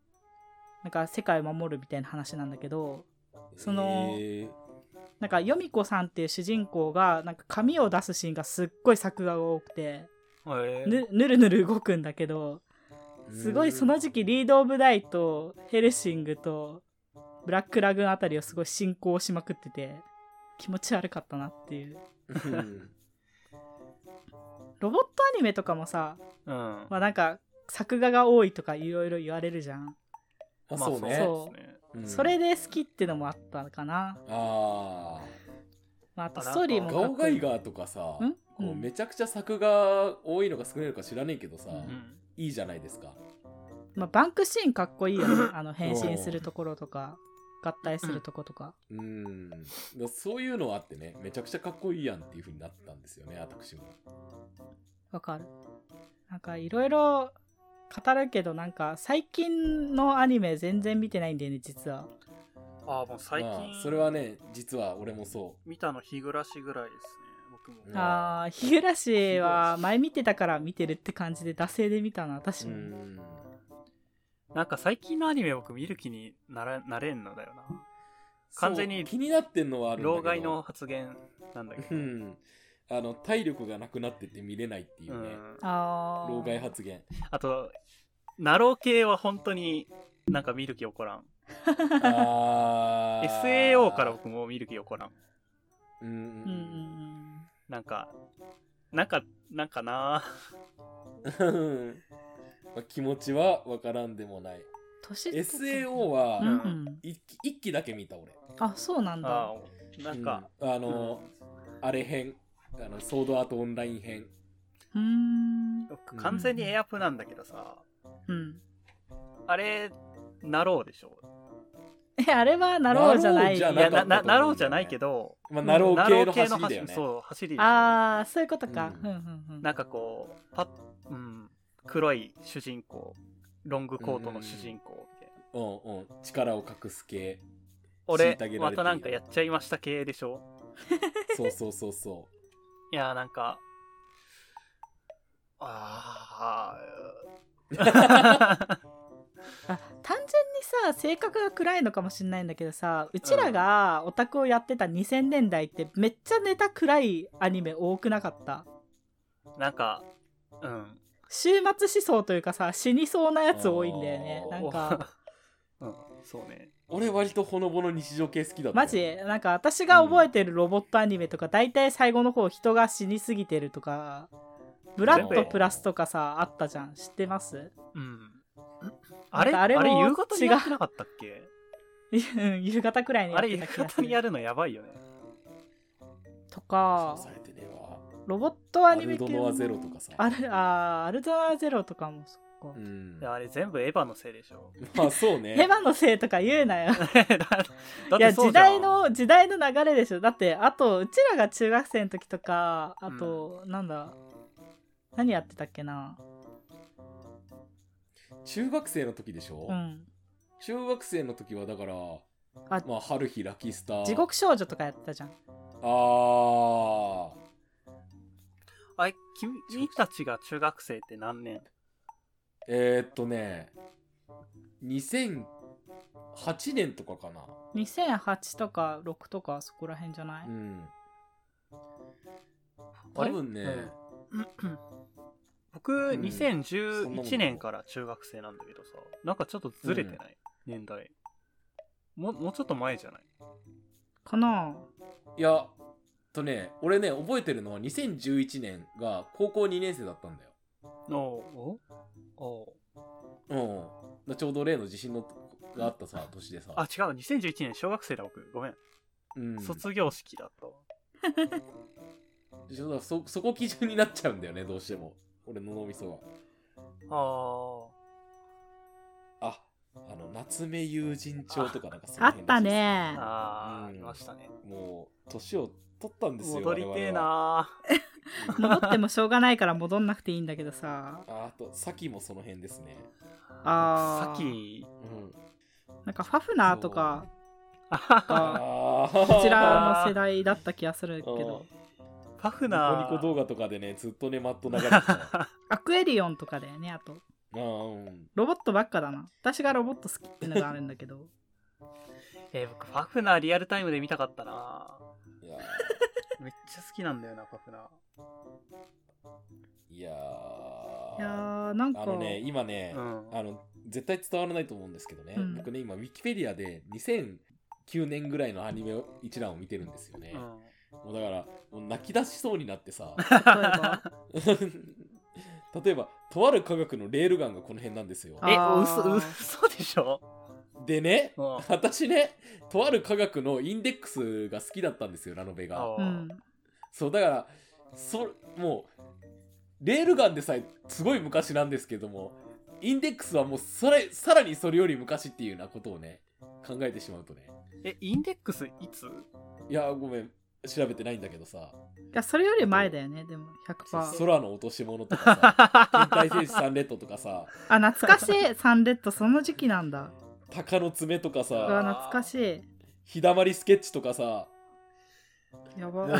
なんか世界を守るみたいな話なんだけどその
えー
なんかヨミ子さんっていう主人公がなんか髪を出すシーンがすっごい作画が多くて
えー
ぬぬるぬる動くんだけどすごいその時期リード・オブ・ダイとヘルシングとブラック・ラグーンあたりをすごい進行しまくってて気持ち悪かったなっていう
うん
ロボットアニメとかもさ、
うん。ま
まあ、なんか作画が多いとかいろいろ言われるじゃん、
あそうね
そう
ね。
うん
それで好きってのもあったかな、
ああ
まあ、あと
あな
ス
んか
トーリーも
ガ
か
オ
っこ
ガ
い
イ
い
ガーとかさ
ん
こ
う
うんめちゃくちゃ作画多いのか少ないのか知らねえけどさ、
う
うん。
いいじゃないですか
まあ、バンクシーンかっこいいよ ねあの変身するところとか合体するとことか
うんだからそういうのはあってねめちゃくちゃかっこいいやんっていうふうになったんですよね私も
わかるなんかいろいろ語るけどなんか最近のアニメ全然見てないんだよね実は
ああ、もう最近、
まあ、それはね実は俺もそ
見たの日暮らしぐらいですね、僕も。
うん
あー日暮らしは前見てたから見てるって感じで惰性で見たな私
うう
も、
ん
なんか最近のアニメ僕見る気にならなれんのだよな。完全に
そう気になってんのはあるんだけど
老害の発言なんだけ
う
ど。
んあの体力がなくなってて見れないっていううね、
ん
ああ
老害発言
あと、ナロー系は本当になんか見る気起こらん。
あー
SAO から僕も見る気起こらん。
うんうん
うんうんうん
なんか、なんか、なんかな
うん まあ気持ちはわからんでもない。
年取って
SAO は
うんうん
一期一期だけ見た俺。
あそうなんだ
あーなんか、
うん、あの、あれ編あのソードアートオンライン編
うーん
僕完全にエアプなんだけどさ、
うん
あれ、なろうでしょ。
えあれはなろうじゃな
なろう
い
じゃ
い
なか
や、
ったと思
な、
う
なん
だよね
なろうじゃないけど、
まあナロー系の走りだよ
走
ね、
そう、走りでしょ
ああそういうことか、
う
うんん、うんうん
なんかこう、パッ、うん、黒い主人公、ロングコートの主人公みたいな。
うんうん力を隠す系虐げら
俺
れてい、る
またなんかやっちゃいました系でしょ
そうそうそうそ
いやーなんか、あ あ、
あ単純にさ性格が暗いのかもしれないんだけどさうちらがオタクをやってた2000年代ってめっちゃネタ暗いアニメ多くなかった
なんか、うん。
終末思想というかさ死にそうなやつ多いんだよね
あー
なんか
うん、そうね。
う俺割とほのぼの日常系好きだった
マジなんか私が覚えてるロボットアニメとか大体最後の方人が死にすぎてるとかブラッドプラスとかさあったじゃん知ってます
うん。あれ
なんか
あ
あ
れ
れも
夕方にやってなかったっけ
うん夕方くらいにや
あ
っ
れ
て
夕
た気がす
方
る
にやるのやばいよね。
と
そ
か
うされてねえわ
ロボットア
ア
ニメ
ル
系
ド
も
ノアゼロとかさ
あるあーアルドナゼロとかもそっか、
うん
いやあれ全部エヴァのせいでしょ。
まあそうね
ヘバのせいとか言うなよ
だだって
いや
そう
時
じゃ
代
ん
の時代の流れでしょだってあとうちらが中学生の時とかあと、なんだ何やってたっけな
中学生の時でしょ、
うん
中学生の時はだから
あ
まあ春日ラキスター
地獄少女とかやってたじゃん
ああ
あれ君君たちが中学生って何年
えー、っとね2008年とかかな
2008とか6とかそこら辺じゃない、
うん
あ
多
れ
分ね、
うん僕、
んそんなもん
2011
か
年から中学生なんだけどさ、なんかちょっとずれてない、年代。もうもうちょっと前じゃない
かない
や、とね、俺ね、覚えてるのは2011年が高校2年生だったんだよ。
おおお
うん。だちょうど例の地震のがあったさ、年でさ。
あ、違う、2011年、小学生だ、僕。ごめん。
うん、
卒業式だったわ。
そうだそそこ基準になっちゃうんだよね、どうしても。俺の脳みそ
あ
は。あ、あの、夏目友人帳とかなんかその
あっ
辺ら
た
しいです。
ね
あ。ああ、
うん
りましたね。
もう、年を取ったんですよ。
戻りてえ
我々は。
な
うん
戻ってもしょうがないから戻んなくていいんだけどさ
ああと、さきもその辺ですね。
あ
さ
ー
っき、
うん。
なんかファフナーとか
あはは
が
あ
こ
こ
ちらの世代だった気がするけ ど
パフ
ニコ
ナー。
ニコ動画とかでね、ずっとね、マット流れてた。
アクエリオンとかだよねあと
あーうん
ロボットばっかだな私がロボット好きっていうのがあるんだけ ど
えー僕、パフナーリアルタイムで見たかったな。
いや
めっちゃ好きなんだよな、パフナー。
ーいやー
いやーなんか
あのね今ね、
うん
あの絶対伝わらないと思うんですけどね、
うん
僕ね今ウィキペディアで2009年ぐらいのアニメを一覧を見てるんですよね、
うん
もうだからもう泣き出しそうになってさ
例えば
例えばとある科学のレールガンがこの辺なんですよ
あ
え、
ー
嘘、嘘でしょ
でね
うん
私ねとある科学のインデックスが好きだったんですよラノベが
うん
そうだからそもうレールガンでさえすごい昔なんですけどもインデックスはもうそれさらにそれより昔っていうようなことをね考えてしまうとね
え、インデックスいつ
いやごめん調べてないんだけどさ
いやそれより前だよねでも
「
100%
空の落とし物」とか さ「天体戦士サンレッド」とかさ
あ懐かしいサンレッドその時期なん だ
「鷹の爪」とか
う
さ
わ懐かしい
「日だまりスケッチ」とかさ
や
も
ば
うね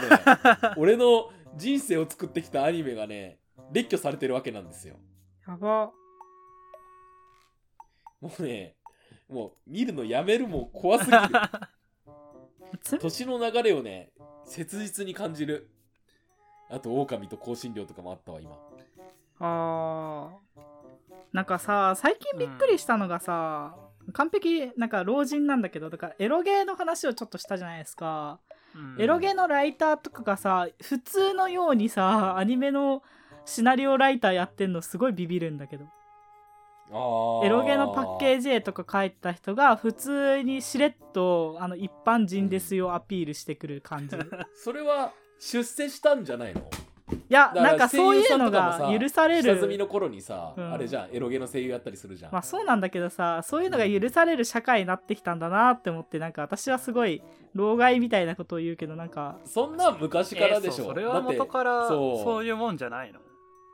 俺の人生を作ってきたアニメがね列挙されてるわけなんですよ
やば
もうねもう見るのやめるもう怖すぎる
つ
年の流れをね切実に感じるあと狼と香辛料とかもあったわ今
あーなんかさ最近びっくりしたのがさ、完璧なんか老人なんだけどだからエロゲーの話をちょっとしたじゃないですか
うん
エロゲのライターとかがさ普通のようにさアニメのシナリオライターやってんのすごいビビるんだけどエロゲのパッケー
ジ
ジ絵とか書いてた人が普通にしれっとあの一般人ですよアピールしてくる 感じい
それは出世したんじゃないのだ
や
から
なんかそういうの
声優さんと
が
かもさ
許され
下積み
る
の頃にさ、
うん
あれじゃんエロゲの声優やったりするじゃん、
まあそうなんだけどさそういうのが許される社会になってきたんだなって思ってなんか私はすごい老害みたいなことを言うけどなんか
そんなん昔からでし
えーそ
ょ、
うそれは元から
だってそう
そういうもんじゃないの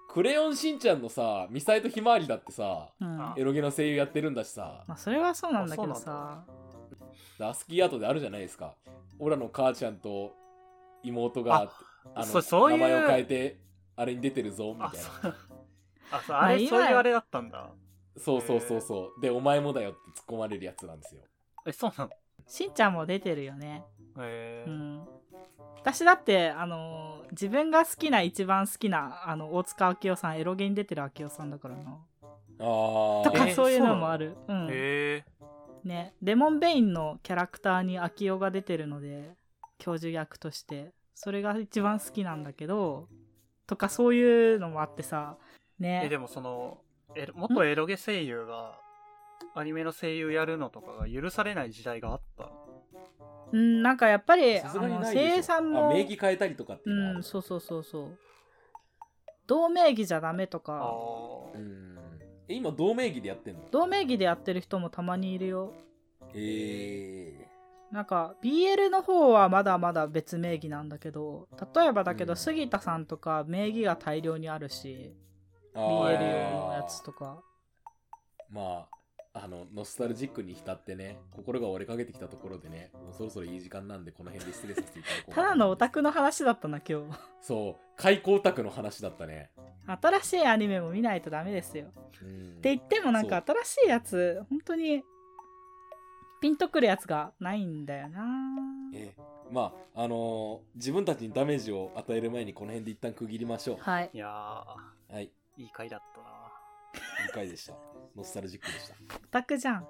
クレヨンしんちゃんのさミサイとひまわりだってさ
うん
あ
エロゲの声優やってるんだしさ
まあそれはそうなんだけど
あそう
さ
アスキーアートであるじゃないですかオラの母ちゃんと妹があの
そそういう
名前を変えてあれに出てるぞみ
あ
たいな
そうあそう
あ
あれ
今
そういうあれだったんだ
そうそうそうそうでお前もだよって突っ込まれるやつなんですよ
えそうなの
しんちゃんも出てるよね
へ
う
え
ん私だってあの自分が好きな一番好きなあの大塚明夫さんエロゲに出てる明夫さんだからな
あ
と
あ
か
えー
そういうのもある、うん
へえ
ね、レモン・ベインのキャラクターに明夫が出てるので教授役としてそれが一番好きなんだけどとかそういうのもあってさね
えでもそのえ元エロゲ声優がアニメの声優やるのとかが許されない時代があった
うん、なんかやっぱり
さすがに
あの
ないでしょ
声優さん
あ
も
名義変えたりとかっていうのはあ
う
る
ん、そうそうそうそう同名義じゃダメと
あ
か
ー
うんえ今同名義でやってんの
同名義でやってる人もたまにいるよ
ええ
なんか BL の方はまだまだ別名義なんだけど例えばだけど、
うん
杉田さんとか名義が大量にあるし
ー、
BL のやつとか
まああのノスタルジックに浸ってね心が折れかけてきたところでねもうそろそろいい時間なんでこの辺で失礼させていただこう
た
かな
だのオタクの話だったな今日
そう開口オタクの話だったね
新しいアニメも見ないとダメですよ
うん
って言ってもなんか新しいやつ本当にピンとくるやつがないんだよな
ええまああのー自分たちにダメージを与える前にこの辺で一旦区切りましょ
はい
いや
うはい
ーいい回だったな
理解でしたノスタルジックでした
オタクじゃん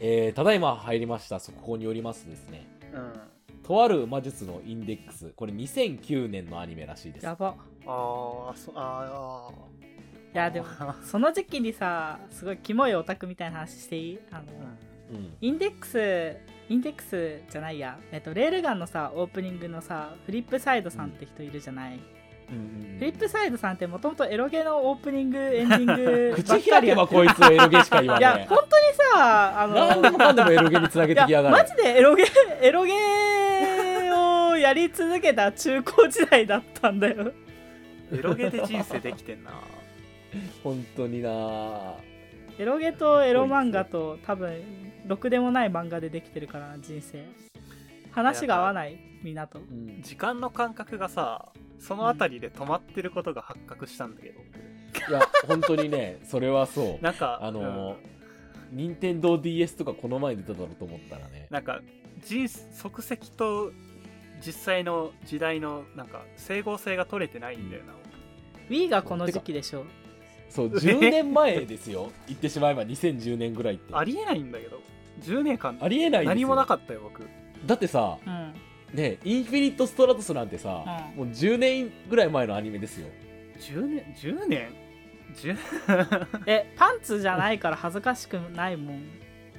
えーただいま入りました速報によりますとですね
うん
とある魔術のインデックスこれ2009年のアニメらしいです
やば
ああそあー
いやでも
あ
その時期にさすごいキモいオタクみたいな話していいあの、
ーうん
うん
インデックスインデックスじゃないや、えっと、レールガンのさオープニングのさフリップサイドさんって人いるじゃない、
うん
フリップサイドさんってもともとエロゲのオープニングエンディン グばっ
口
か
開
り
け
や
ばこいつエロゲしか言わ
いや
ねえ
本当にさあの
何でもかんでもエロゲにつなげてき
いや
やが
マ
る
ジでエロゲ エロゲをやり続けた中高時代だったんだ よ
エロゲで人生できてんな
本当になあ
エロゲとエロ漫画と多分ろくでもない漫画でできてるから人生話が合わないみんなと
うん
時間の感覚がさその辺りで止まってることが発覚したんだけど
いや本当にねそれはそう
なんか
あのー
うん
任天堂 d s とかこの前出ただろうと思ったらね
なんか人即席と実際の時代のなんか整合性が取れてないんだよな
Wii がこの時期でしょ
そう10年前ですよ言ってしまえば2010年ぐらいって
ありえないんだけど10年間
ありえないですよ
何もなかったよ僕
だってさ
うん
ねインフィニット・ストラトスなんてさ、もう10年ぐらい前のアニメですよ
10年10年 10?
えパンツじゃないから恥ずかしくないもん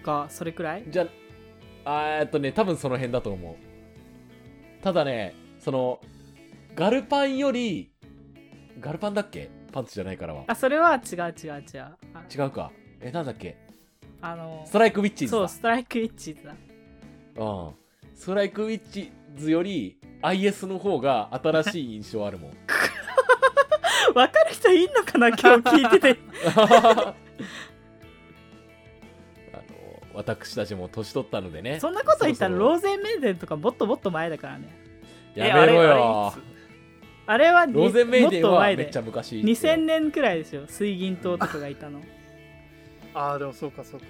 がそれくらい
じゃあーえっとね多分その辺だと思うただねそのガルパンよりガルパンだっけパンツじゃないからは
あそれは違う違う違うあ
違うかえなんだっけ
あの
ストライクウィッチーズだ
そうストライクイッチだ
うん、ストライクウィッチズより IS の方が新しい印象ある もん
わかる人いんのかな今日聞いて て
あの私たちも年取ったのでね
そんなこと言ったら
そろ
ローゼンメンデンとかもっともっと前だからね
そろやめろよ
えあれあれい
あれはに
ローゼンメイデン
もっと
は
前
めっ
で
ちゃ昔
2000年くらいですよ水銀灯とかがいたの
つあーでもそうかそうか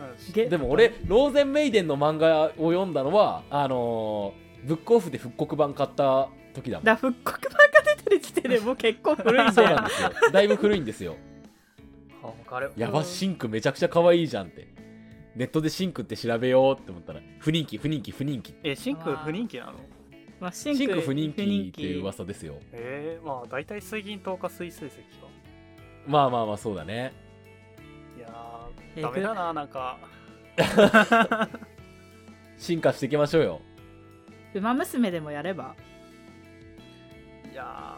うんし
げ
でも俺ローゼンメイデンの漫画を読んだのはあのーブックオフで復刻版買った時だもん
だから復刻版が出てる時 点でもう結構古いん
そう
だよ
なんですよだいぶ古いんですよ
あわかる
やばシンクめちゃくちゃ可愛いじゃんってネットでシンクって調べようって思ったら不人気不人気不人気
えシン
あ
ク
ー
不人気なの
まあ、シ
シンク不人
不
気っていう噂ですよ
えー、まあ大体水銀投下水水石か
まあまあまあそうだね
いや
えー
ーダメだななんか
進化していきましょうよ
ウマ娘でもやれば
いや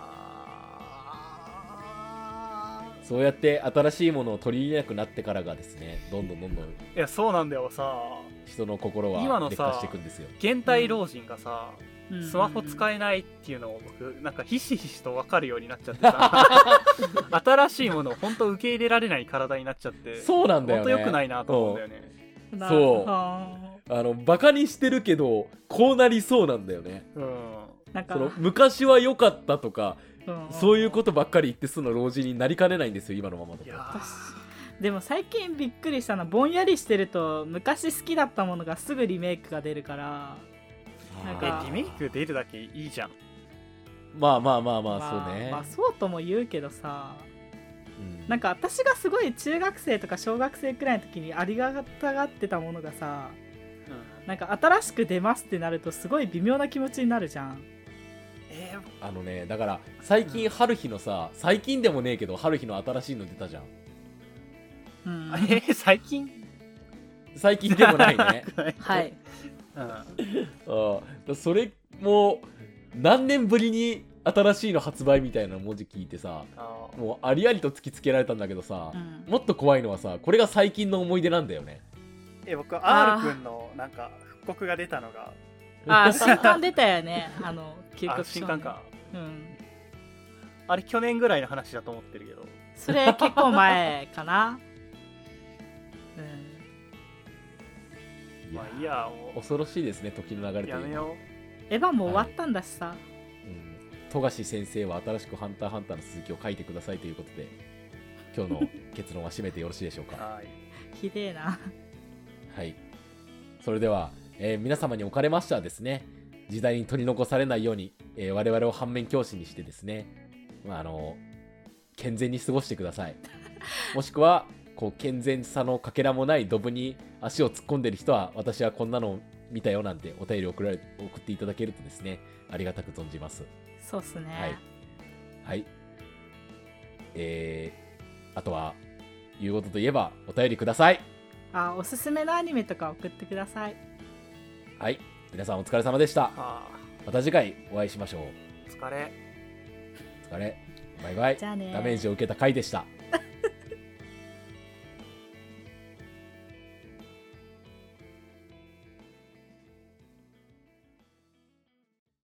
そうやって新しいものを取り入れなくなってからがですねどんどんどんどん
ーいやそうなんだよさ
人の心は
今のさ
劣化していくんですよ
現代老人がさ、
うん
スマホ使えないっていうのを僕なんかひしひしと分かるようになっちゃってさ新しいものを本当受け入れられない体になっちゃって
そうなんだよ
本当
ね
良くないなと思うんだよね
な
そう
は
あのバカにしてるけどこうなりそうなんだよね
うん
ーなんか
その昔は良かったとか
うん
そういうことばっかり言ってすの老人になりかねないんですよ今のままだ
い
と
やー
私でも最近びっくりしたのはぼんやりしてると昔好きだったものがすぐリメイクが出るからなん
え
か
リメイク出るだけいいじゃん
まあまあまあまあそうね、
まあそうとも言うけどさ
うん
なんか私がすごい中学生とか小学生くらいの時にありがたがってたものがさなんか新しく出ますってなるとすごい微妙な気持ちになるじゃん
えー
あのねだから最近春日のさ最近でもねえけど春日の新しいの出たじゃん
うん
えー 最近
最近でもないね
はい
うん
うんそれも何年ぶりに新しいの発売みたいな文字聞いてさ
あー
もうありありと突きつけられたんだけどさ
う、ん
もっと怖いのはさこれが最近の思い出なんだよね
え僕
あー
R 君のなんか復刻が出たのが
あー新刊出たよねあの究
あ
極
新
少年
刊か
うん
あれ去年ぐらいの話だと思ってるけど
それ結構前かなうん
まあいいやも
恐ろしいですね時の流れ
う
というのは
やめよ
エヴァも終わったんだし
う
さ、
ん富樫先生は新しく「ハンターハンター」の続きを書いてくださいということで今日の結論は締めてよろしいでしょう
う
か
はい
ひでえな
はいそれでは、えー皆様におかれましてはですね時代に取り残されないように、えー我々を反面教師にしてですね、まあ、あの健全に過ごしてくださいもしくはこう健全さのかけらもないドブに足を突っ込んでる人は私はこんなの見たよなんてお便りを送られ送っていただけるとですねありがたく存じます
そうっすね、
はい。はい。えー、あとは、言うことといえば、お便りください。
あおすすめのアニメとか送ってください
はい。皆さんお疲れ様でした。
あ
また次回お会いしましょう。
ー疲れ
お疲れ。バイバイ
じ。ゃあね
ダメージを受けた回でした。